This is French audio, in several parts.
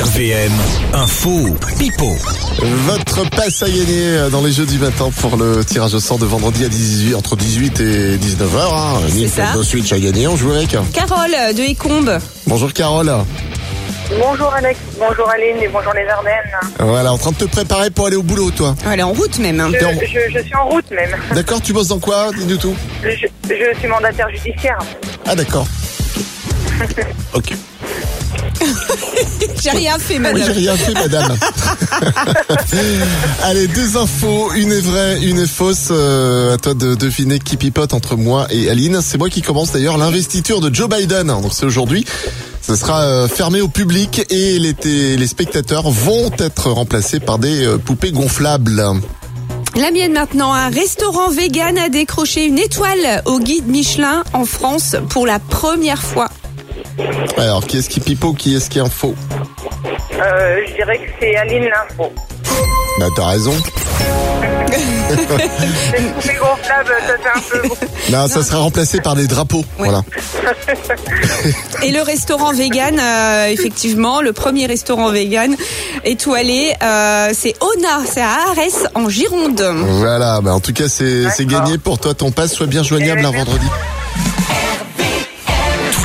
RVM, info, pipo. Votre passe à gagner euh, dans les jeudis matin pour le tirage au sort de vendredi à 18, entre 18 et 19h. Hein. ça. Nintendo Switch à gagner, on joue avec. Carole euh, de Écombe. Bonjour Carole. Bonjour Alex, bonjour Aline et bonjour les Ardennes. Voilà, en train de te préparer pour aller au boulot toi. Elle est en route même. hein. Je, Attends. je- je suis en route même. D'accord, tu bosses dans quoi Dis du tout. Je, je suis mandataire judiciaire. Ah d'accord. Ok. J'ai rien Oui, j'ai fait, madame. rien fait, madame. Allez, deux infos, une est vraie, une est fausse. Euh, à toi de deviner qui pipote entre moi et Aline. C'est moi qui commence d'ailleurs l'investiture de Joe Biden. Donc c'est aujourd'hui. Ça sera euh, fermé au public et les, té- les spectateurs vont être remplacés par des euh, poupées gonflables. La mienne maintenant. Un restaurant vegan a décroché une étoile au guide Michelin en France pour la première fois. Alors, qui est-ce qui pipo, qui est-ce qui info Euh, je dirais que c'est Aline l'info. Bah t'as raison. C'est une poupée gonflable, ça fait un peu. beaucoup. Là, ça sera remplacé par des drapeaux. Ouais. Voilà. Et le restaurant vegan, euh, effectivement, le premier restaurant vegan étoilé, euh, c'est Ona, c'est à Arès en Gironde. Voilà, bah en tout cas c'est c'est D'accord. gagné pour toi ton passe, soit bien joignable un vendredi. Tous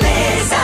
les